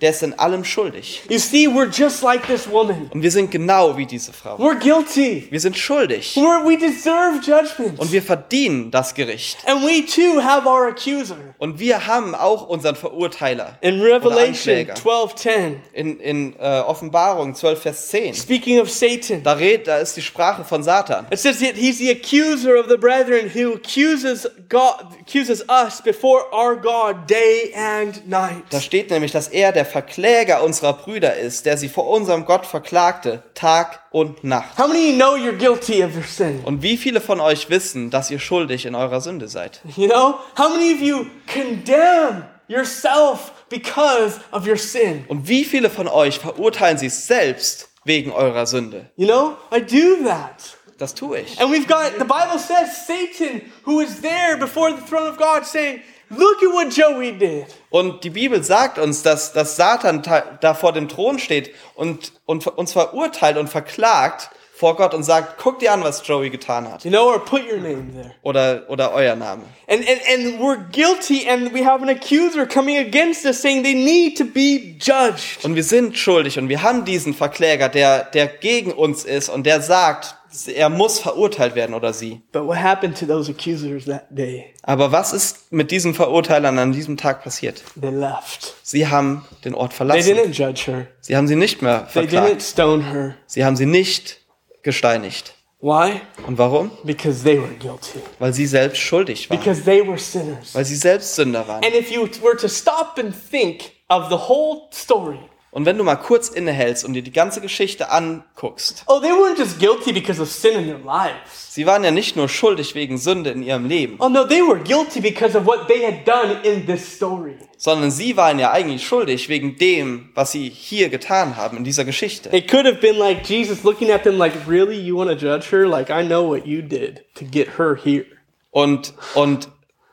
der ist in allem schuldig.
You see, we're just like this woman.
Und wir sind genau wie diese Frau.
We're guilty.
Wir sind schuldig.
We're, we deserve judgment.
Und wir verdienen das Gericht.
And we too have our accuser.
Und wir haben auch unseren Verurteiler.
In
Oder
Revelation
Ankläger.
12:10,
In, in äh, Offenbarung 12, Vers 10.
speaking of Satan,
Da, red, da ist die Sprache von Satan.
It says that he's the accuser of the brethren who accuses God, accuses us before our God day and
Da
night.
steht nämlich, dass er der Verkläger unserer Brüder ist, der sie vor unserem Gott verklagte, Tag und Nacht.
How many of you know you're guilty of your sin?
Und wie viele von euch wissen, dass ihr schuldig in eurer Sünde seid?
You know? How many of you condemn yourself because of your sin?
Und wie viele von euch verurteilen sich selbst wegen eurer Sünde?
You know? I do that.
Das tue ich.
And we've got, the Bible says Satan who is there before the throne of God saying, Look at what Joey did.
Und die Bibel sagt uns, dass, dass Satan ta- da vor dem Thron steht und, und ver- uns verurteilt und verklagt vor Gott und sagt, guck dir an, was Joey getan hat.
You know, or put your name there.
Oder, oder euer Name.
And, and, and we're guilty, and we have an accuser coming against us saying they need to be judged.
Und wir sind schuldig und wir haben diesen Verkläger, der, der gegen uns ist und der sagt, er muss verurteilt werden oder sie.
But what happened to those accusers that day?
Aber was ist mit diesen Verurteilern an diesem Tag passiert?
They left.
Sie haben den Ort
They
verlassen.
didn't judge her,
Sie haben sie nicht mehr
they didn't
verklagt.
stone her.
Sie haben sie nicht gesteinigt.
Why?
Und warum?
Because they were guilty,
Weil sie selbst schuldig waren.
because they were sinners.
Weil sie selbst Sünder waren.
And if you were to stop and think of the whole story,
Und wenn du mal kurz innehältst und dir die ganze Geschichte anguckst,
oh, they weren't just guilty because of sin in their lives.
sie waren ja nicht nur schuldig wegen Sünde in ihrem Leben,
Oh, no, they were guilty because of what they had done in this story.
sondern sie waren ja eigentlich schuldig wegen dem, was sie hier getan haben in dieser Geschichte.
It could have been like Jesus looking at them like, really, you want to judge her? Like, I know what you did to get her here.
Und, und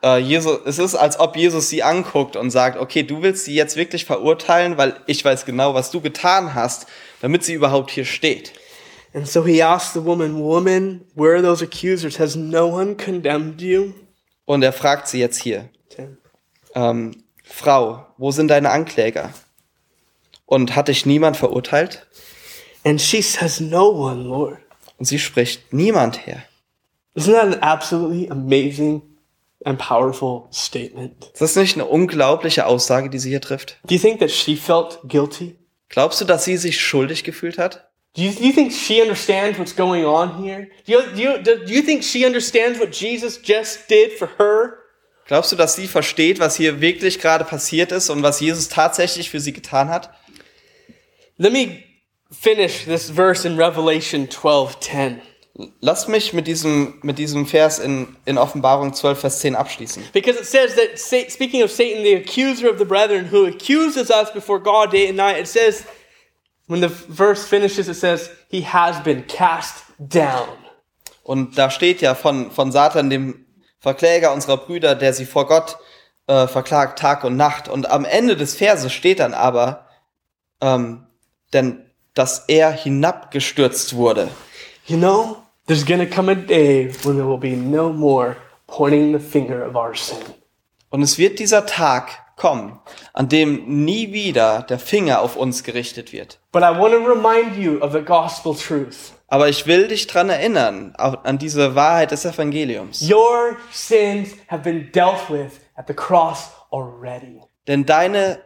äh, Jesus, es ist, als ob Jesus sie anguckt und sagt, okay, du willst sie jetzt wirklich verurteilen, weil ich weiß genau, was du getan hast, damit sie überhaupt hier steht.
And so he asked the woman, Woman, where are those accusers? Has no one condemned you?
Und er fragt sie jetzt hier,
Ten.
ähm, Frau, wo sind deine Ankläger? Und hat dich niemand verurteilt?
And she says, No one, Lord.
Und sie spricht, niemand Herr.
Isn't that an absolutely amazing and powerful statement?
Ist das nicht eine unglaubliche Aussage, die sie hier trifft?
Do you think that she felt guilty?
Glaubst du, dass sie sich schuldig gefühlt hat?
Do you, do you think she understands what's going on here? Do you, do, you, do you think she understands what Jesus just did for her?
Glaubst du, dass sie versteht, was hier wirklich gerade passiert ist und was Jesus tatsächlich für sie getan hat?
Let me finish this verse in Revelation 12:10
Lasst mich mit diesem, mit diesem Vers in, in Offenbarung 12, Vers 10 abschließen.
because it says that Sa- speaking of Satan the accuser of the brethren who accuses us before God day and night it says when the verse finishes it says he has been cast down.
Und da steht ja von, von Satan, dem Verkläger unserer Brüder, der sie vor Gott äh, verklagt, Tag und Nacht. Und am Ende des Verses steht dann aber, ähm, denn, dass er hinabgestürzt wurde.
You know, there's going to come a day when there will be no more pointing the finger of our sin.
Und es wird dieser Tag kommen, an dem nie wieder der Finger auf uns gerichtet wird.
But I want to remind you of the gospel truth.
Aber ich will dich dran erinnern, auch an diese Wahrheit des Evangeliums.
Your sins have been dealt with at the cross already.
Denn deine,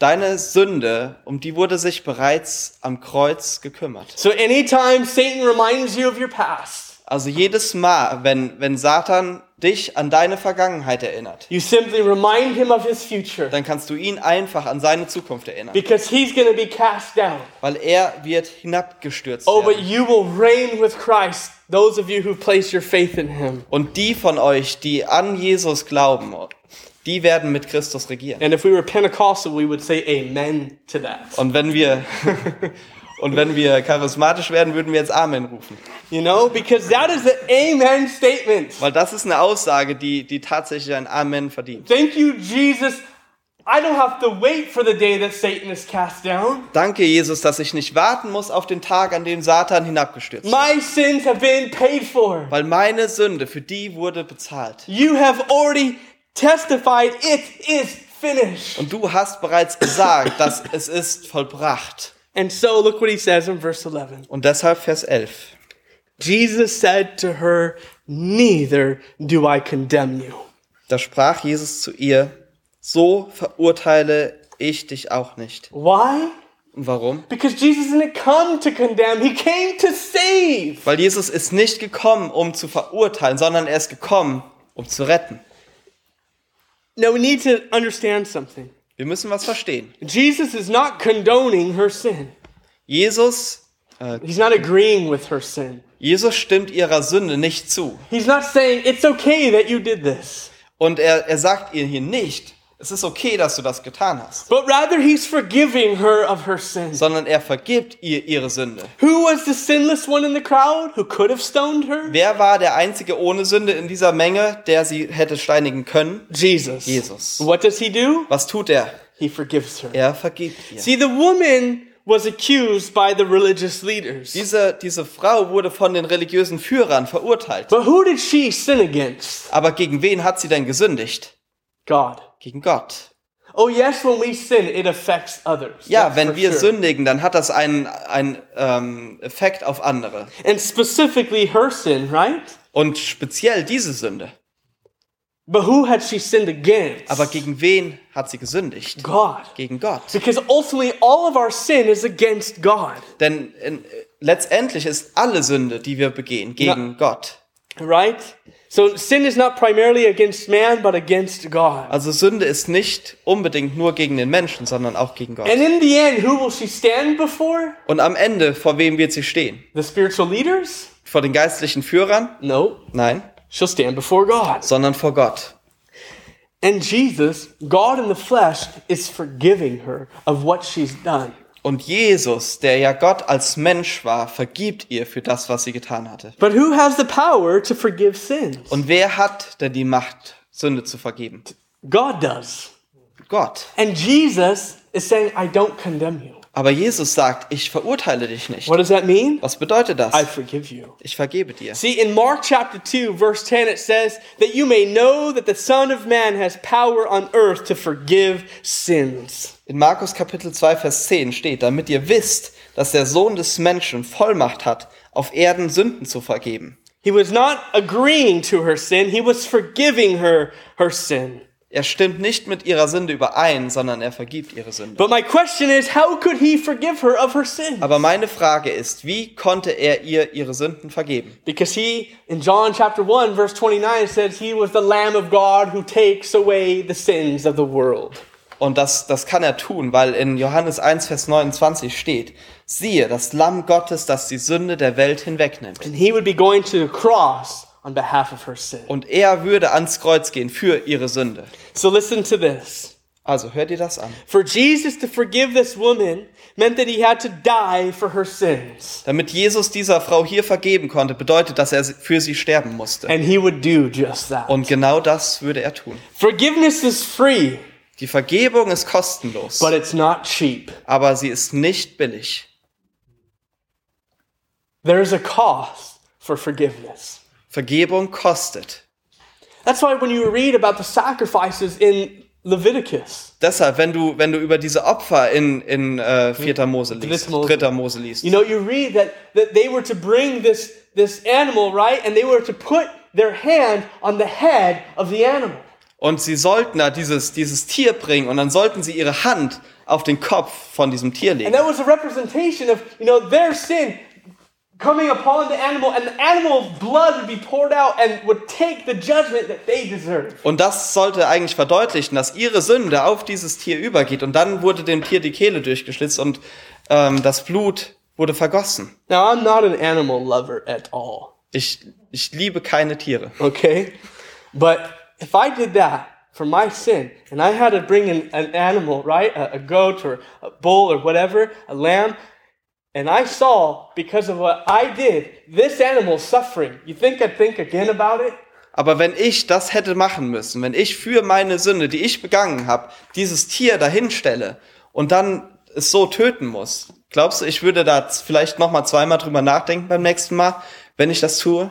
deine Sünde, um die wurde sich bereits am Kreuz gekümmert.
So anytime Satan reminds you of your past,
Also jedes Mal, wenn, wenn Satan dich an deine Vergangenheit erinnert,
you simply remind him of his future
dann kannst du ihn einfach an seine Zukunft erinnern,
because he's going to be cast down.
weil er wird hinabgestürzt
Oh, but
werden.
you will reign with Christ, those of you who place your faith in him.
Und die von euch, die an Jesus glauben, die werden mit Christus regieren.
And if we were Pentecostal, we would say amen to that.
Und wenn wir und wenn wir charismatisch werden, würden wir jetzt Amen rufen,
You know, because that is the amen statement.
weil das ist eine Aussage, die die tatsächlich ein Amen verdient.
Thank you, Jesus. I don't have to wait for the day that Satan is cast down.
Danke Jesus, dass ich nicht warten muss auf den Tag, an dem Satan hinabgestürzt wird,
My sins have been paid for.
weil meine Sünde für die wurde bezahlt.
You have already testified it is finished.
Und du hast bereits gesagt, dass es ist vollbracht.
And so look what he says in verse 11.
Und deshalb Vers 11.
Jesus said to her, Neither do I condemn you.
Da sprach Jesus zu ihr, so verurteile ich dich auch nicht.
Why?
Und warum?
Because Jesus didn't come to condemn, he came to save.
Weil Jesus ist nicht gekommen, um zu verurteilen, sondern er ist gekommen, um zu retten.
Now we need to understand something.
Wir müssen was verstehen.
Jesus is not condoning her sin.
Jesus,
He's not agreeing with her sin.
Jesus stimmt ihrer Sünde nicht zu.
He's not saying, it's okay that you did this.
Und er, er sagt ihr hier nicht, es ist okay, dass du das getan hast.
But rather, he's forgiving her of her sin.
Sondern er vergibt ihr ihre Sünde.
Who was the sinless one in the crowd who could have stoned her?
Wer war der Einzige ohne Sünde in dieser Menge, der sie hätte steinigen können?
Jesus.
Jesus.
What does he do?
Was tut er?
He forgives her.
Er vergibt ihr.
See, the woman was accused by the religious leaders.
Diese, diese Frau wurde von den religiösen Führern verurteilt.
But who did she sin against?
Aber gegen wen hat sie denn gesündigt?
God.
Gegen Gott.
Oh, yes, when we sin, it affects others.
Ja,
That's
wenn
for
wir
sure.
sündigen, dann hat das einen, einen ähm, Effekt auf andere.
And specifically her sin, right?
Und speziell diese Sünde.
But who had she sinned against?
Aber gegen wen hat sie gesündigt?
God.
Gegen Gott.
Because ultimately, all of our sin is against God,
Denn in, äh, letztendlich ist alle Sünde, die wir begehen, gegen Gott.
right? So sin is not primarily against man, but against God.
Also Sünde ist nicht unbedingt nur gegen den Menschen, sondern auch gegen Gott.
And in the end, who will she stand before?
Und am Ende, vor wem wird sie stehen?
The spiritual leaders?
Vor den geistlichen Führern?
No.
Nein,
She'll stand before God.
sondern vor Gott.
And Jesus, God in the flesh, is forgiving her of what she's done.
Und Jesus, der ja Gott als Mensch war, vergibt ihr für das, was sie getan hatte.
But who has the power to forgive sins?
Und wer hat denn die Macht, Sünde zu vergeben?
God does.
Gott.
And Jesus is saying, I don't condemn you.
Aber Jesus sagt, ich verurteile dich nicht.
What does that mean?
Was bedeutet
I
das?
forgive you.
Ich vergebe dir.
See, in Mark chapter 2, verse 10, it says, That you may know that the Son of Man has power on earth to forgive sins.
In Markus Kapitel 2, Vers 10 steht, damit ihr wisst, dass der Sohn des Menschen Vollmacht hat, auf Erden Sünden zu vergeben.
He was not agreeing to her sin, he was forgiving her her sin.
Er stimmt nicht mit ihrer Sünde überein, sondern er vergibt ihre Sünde.
But my question is, how could he forgive her of her sin?
Aber meine Frage ist, wie konnte er ihr ihre Sünden vergeben?
Because he, in John chapter 1, verse 29, says, He was the Lamb of God who takes away the sins of the world.
Und das, das kann er tun, weil in Johannes 1, Vers 29 steht, siehe, das Lamm Gottes, das die Sünde der Welt hinwegnimmt.
And he would be going to the cross on behalf of her sin.
Und er würde ans Kreuz gehen für ihre Sünde.
So listen to this.
Also hör dir das an.
For Jesus to forgive this woman meant that he had to die for her sins.
Damit Jesus dieser Frau hier vergeben konnte, bedeutet, dass er für sie sterben musste.
And he would do just that.
Und genau das würde er tun.
Forgiveness is free,
Die Vergebung ist kostenlos,
but it's not cheap.
aber sie ist nicht billig.
There's a cost for forgiveness.
Vergebung kostet.
That's why when you read about the sacrifices in Leviticus,
Deshalb, wenn du, wenn du über diese Opfer in, in äh, 4. Mose liest,
Drittes Hm? Mose.
dritter Mose liest,
you know, you read that, that they were to bring this, this animal, right? And they were to put their hand on the head of the animal.
und sie sollten da dieses, dieses Tier bringen und dann sollten sie ihre Hand auf den Kopf von diesem Tier legen.
And that was a representation of, you know, their sin coming upon the animal, and the animal's blood would be poured out and would take the judgment that they deserve.
Und das sollte eigentlich verdeutlichen, dass ihre Sünde auf dieses Tier übergeht. Und dann wurde dem Tier die Kehle durchgeschlitzt und ähm, das Blut wurde vergossen.
Now, I'm not an animal lover at all,
Ich, ich liebe keine Tiere.
okay? But if I did that for my sin, and I had to bring an, an animal, right? A, a goat or a bull or whatever, a lamb, and I saw because of what I did, this animal suffering, you think I'd think again about it?
Aber wenn ich das hätte machen müssen, wenn ich für meine Sünde, die ich begangen habe, dieses Tier dahin stelle und dann es so töten muss, glaubst du, ich würde da z- vielleicht noch mal zweimal drüber nachdenken beim nächsten Mal, wenn ich das tue?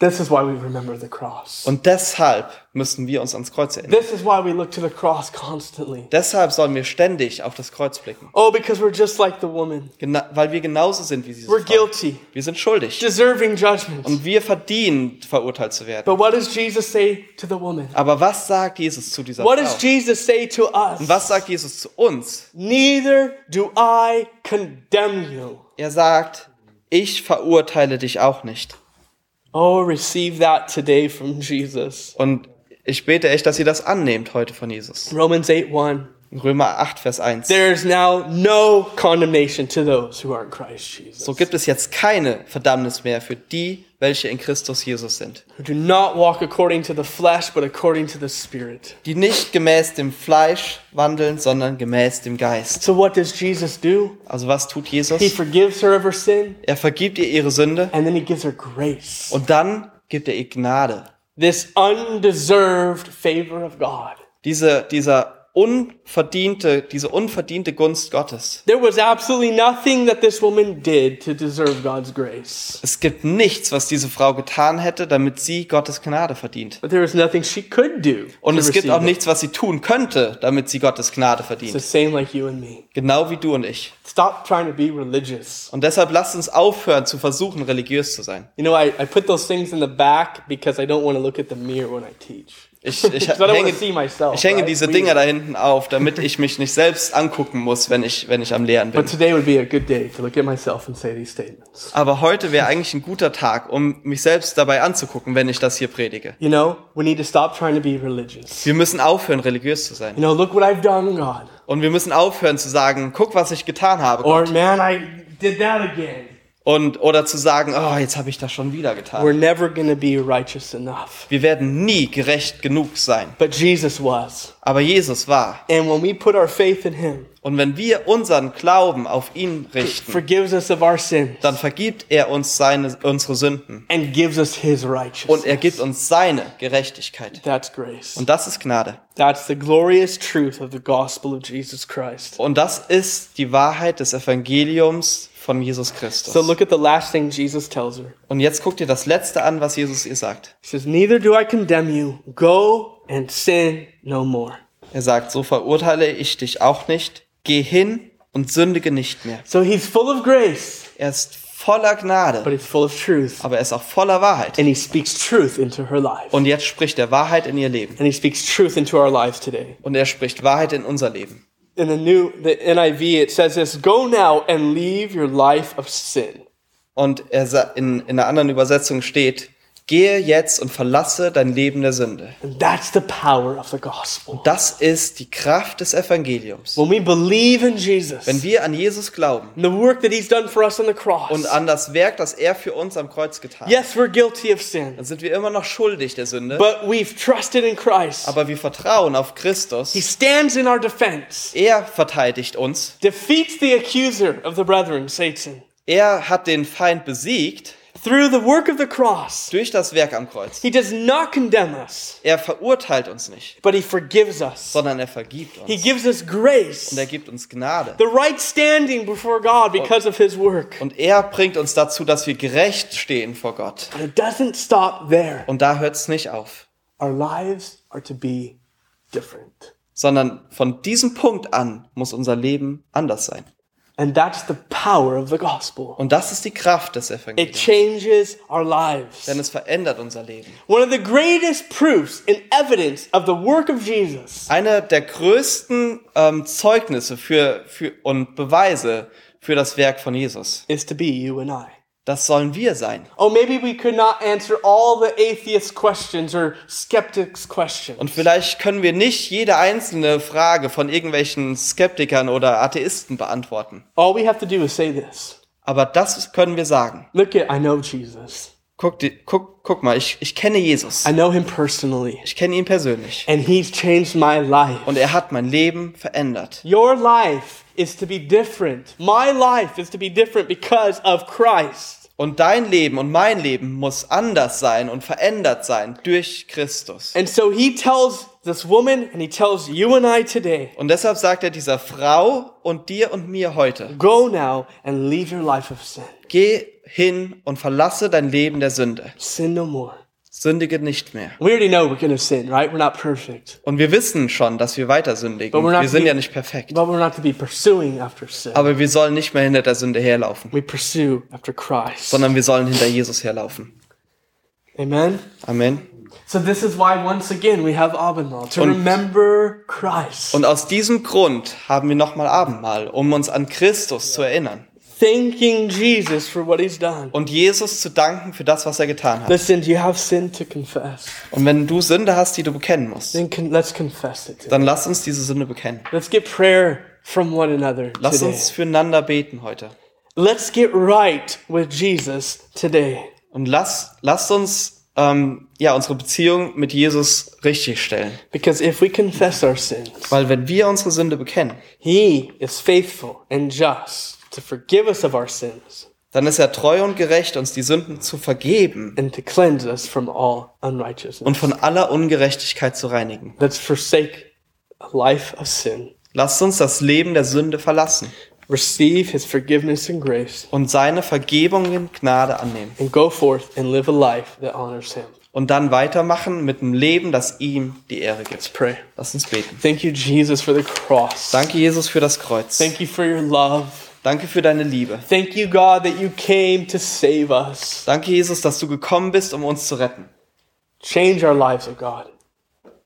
This is why we remember the cross.
Und deshalb müssen wir uns ans Kreuz erinnern.
This is why we look to the cross constantly.
Deshalb sollen wir ständig auf das Kreuz blicken,
Oh, because we're just like the woman.
Gena weil wir genauso sind wie diese
We're
Frau.
guilty,
Wir sind schuldig
deserving judgment.
und wir verdienen verurteilt zu werden.
But what does Jesus say to the woman?
Aber was sagt Jesus zu dieser
What
Frau?
does Jesus say to us?
Was sagt Jesus zu uns?
Neither do I condemn you.
Er sagt, ich verurteile dich auch nicht.
Oh, receive that today from Jesus.
Und ich bete echt, dass ihr das annehmt heute von Jesus.
Romans 8 1.
Römer 8, Vers 1.
There is now no condemnation to those who are in Christ Jesus,
So gibt es jetzt keine Verdammnis mehr für die, welche in Christus Jesus sind,
who do not walk according to the flesh, but according to the Spirit.
die nicht gemäß dem Fleisch wandeln, sondern gemäß dem Geist.
So, what does Jesus do?
Also was tut
He
Jesus?
forgives her of her sin,
Er vergibt ihr ihre Sünde
and then he gives her grace.
und dann gibt er ihr Gnade.
This undeserved favor of God.
Diese, dieser unverdiente, diese unverdiente Gunst Gottes.
There was absolutely nothing that this woman did to deserve God's grace.
Es gibt nichts, was diese Frau getan hätte, damit sie Gottes Gnade verdient.
But there was nothing she could do.
Und
to
es gibt
receive
auch
it.
nichts, was sie tun könnte, damit sie Gottes Gnade
It's the
verdient.
same like you and me.
Genau wie du und ich.
Stop trying to be religious.
Und deshalb lasst uns aufhören zu versuchen, religiös zu sein.
You know, I, I put those things in the back because I don't want to look at the mirror when I teach.
Ich, ich
'Cause I don't want
hänge,
to see myself.
ich hänge
right?
diese
We-
Dinger da hinten auf, damit ich mich nicht selbst angucken muss, wenn ich, wenn ich am Lehren bin.
But today would be a good day to look at myself and say these statements.
Aber heute wäre eigentlich ein guter Tag, um mich selbst dabei anzugucken, wenn ich das hier predige.
You know, we need to stop trying to be religious.
Wir müssen aufhören, religiös zu
You
sein.
know, look what I've done, God.
Und wir müssen aufhören zu sagen, guck, was ich getan habe.
Or, man, I did that again.
Und, oder zu sagen, oh, jetzt habe ich das schon wieder
We're
getan.
never going to be righteous enough.
Wir werden nie gerecht genug sein.
But Jesus was.
Aber Jesus war.
And when we put our faith in him,
Und wenn wir unseren Glauben auf ihn richten,
forgives us of our sin
dann vergibt er uns seine, unsere Sünden
and gives us his
und er
righteousness.
gibt uns seine Gerechtigkeit.
That's grace.
Und das ist Gnade.
That's the glorious truth of the gospel of Jesus Christ.
Und das ist die Wahrheit des Evangeliums von Jesus
So
Christus.
look at the last thing Jesus tells her.
Und jetzt guckt ihr das Letzte an, was Jesus ihr sagt.
He says, Neither do I condemn you. Go and sin no more.
Er sagt, so verurteile ich dich auch nicht. Geh hin und sündige nicht mehr.
So he's full of grace,
Er ist voller
but
Gnade,
he's full of truth.
aber er ist auch voller Wahrheit.
And he speaks truth into her life.
Und jetzt spricht er Wahrheit in ihr Leben.
And he speaks truth into our lives today.
Und er spricht Wahrheit in unser Leben.
in the new the NIV it says this go now and leave your life of sin.
Und er sa- in, in einer anderen Übersetzung steht, gehe jetzt und verlasse dein Leben der Sünde.
And that's the power of the gospel.
Das ist die Kraft des Evangeliums.
When we believe in Jesus
Wenn wir an Jesus glauben
and the work that he's done for us on the cross.
und an das Werk, das er für uns am Kreuz getan hat,
yes, we're guilty of sin,
dann sind wir immer noch schuldig der Sünde,
but we've trusted in Christ.
aber wir vertrauen auf
He
Christus.
stands in our defense.
Er verteidigt uns.
Defeats the accuser of the brethren, Satan.
Er hat den Feind besiegt
Through the work of the cross,
durch das Werk am Kreuz.
he does not condemn us,
Er verurteilt uns nicht,
but he forgives us.
sondern er vergibt
He
uns.
gives us grace,
Und er gibt uns Gnade.
the right standing before God because of his work.
Und er bringt uns dazu, dass wir gerecht stehen vor Gott.
But it doesn't stop there.
Und da hört es nicht auf.
Our lives are to be different.
sondern von diesem Punkt an muss unser Leben anders sein.
And that's the power of the gospel.
Und das ist die Kraft des
It
Evangeliums,
changes our lives.
denn es verändert unser Leben.
One of the greatest proofs and evidence of the work of Jesus
Einer der größten ähm, Zeugnisse für, für und Beweise für das Werk von Jesus
is to be you and I.
Das sollen wir sein.
Oh, maybe we could not answer all the atheist questions or skeptics' questions.
Und vielleicht können wir nicht jede einzelne Frage von irgendwelchen Skeptikern oder Atheisten beantworten.
All we have to do is say this
Aber das können wir sagen.
Look at, I know Jesus.
Guck, die, guck, guck mal, ich, ich kenne Jesus.
I know him personally,
Ich kenne ihn persönlich.
and he's changed my life.
Und er hat mein Leben verändert.
Your life is to be different. My life is to be different because of Christ.
Und dein Leben und mein Leben muss anders sein und verändert sein durch Christus.
And so he tells this woman, and he tells you and I today
Und deshalb sagt er dieser Frau und dir und mir heute,
go now and leave your life of sin.
geh hin und verlasse dein Leben der Sünde.
Sin no more.
Sündige nicht mehr.
We already know we're going to sin, right? We're not perfect,
Und wir wissen schon, dass wir weiter sündigen.
But we're not
Wir sind ja
be-
nicht perfekt.
but we're not to be pursuing after sin.
Aber wir sollen nicht mehr hinter der Sünde herlaufen,
We pursue after Christ.
sondern wir sollen hinter Jesus herlaufen.
Amen.
Amen.
So this is why once again we have Abendmahl to
Und-
remember Christ.
Und aus diesem Grund haben wir nochmal Abendmahl, um uns an Christus zu erinnern
thanking Jesus for what he's done.
und Jesus zu danken für das, was er getan hat.
Listen, you have sin to confess.
Und wenn du Sünde hast, die du bekennen musst,
Then con- let's confess it.
dann lass uns diese Sünde bekennen.
Let's get prayer from one another
Lass
today.
uns füreinander beten heute.
Let's get right with Jesus today.
Und lass, lasst uns ähm, ja unsere Beziehung mit Jesus richtigstellen.
Because if we confess our sins,
Weil wenn wir unsere Sünde bekennen,
he is faithful and just to forgive us of our sins
dann ist er treu und gerecht, uns die Sünden zu vergeben
and to cleanse us from all unrighteousness.
und von aller Ungerechtigkeit zu reinigen.
Let's forsake a life of sin,
Lasst uns das Leben der Sünde verlassen
receive his forgiveness and grace,
und seine Vergebung in Gnade annehmen
and go forth and live a life that honors him.
und dann weitermachen mit einem Leben, das ihm die Ehre gibt.
Pray.
Lass uns beten.
Thank you, Jesus, for the cross.
Danke, Jesus, für das Kreuz.
Thank you for your love.
Danke für deine Liebe.
Thank you, God, that you came to save us.
Danke, Jesus, dass du gekommen bist, um uns zu retten.
Change our lives, oh God.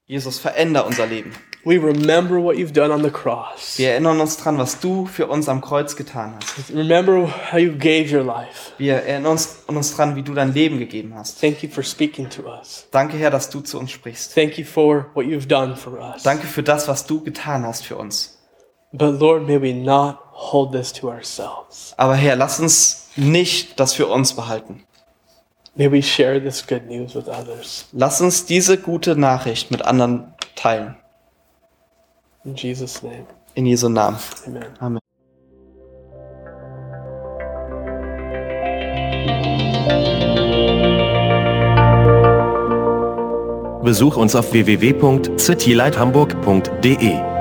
Jesus, veränder unser Leben.
We remember what you've done on the cross.
Wir erinnern uns dran, was du für uns am Kreuz getan hast.
Remember how you gave your life.
Wir erinnern uns, an uns dran, wie du dein Leben gegeben hast.
Thank you for speaking to us.
Danke, Herr, dass du zu uns sprichst.
Thank you for what you've done for us.
Danke für das, was du getan hast für uns.
But Lord, may we not hold this to ourselves.
Aber Herr, lass uns nicht das für uns behalten.
May we share this good news with others.
Lass uns diese gute Nachricht mit anderen teilen.
In Jesus' name,
In Jesu Namen.
amen.
Amen.
Besuch uns auf www.citylighthamburg.de.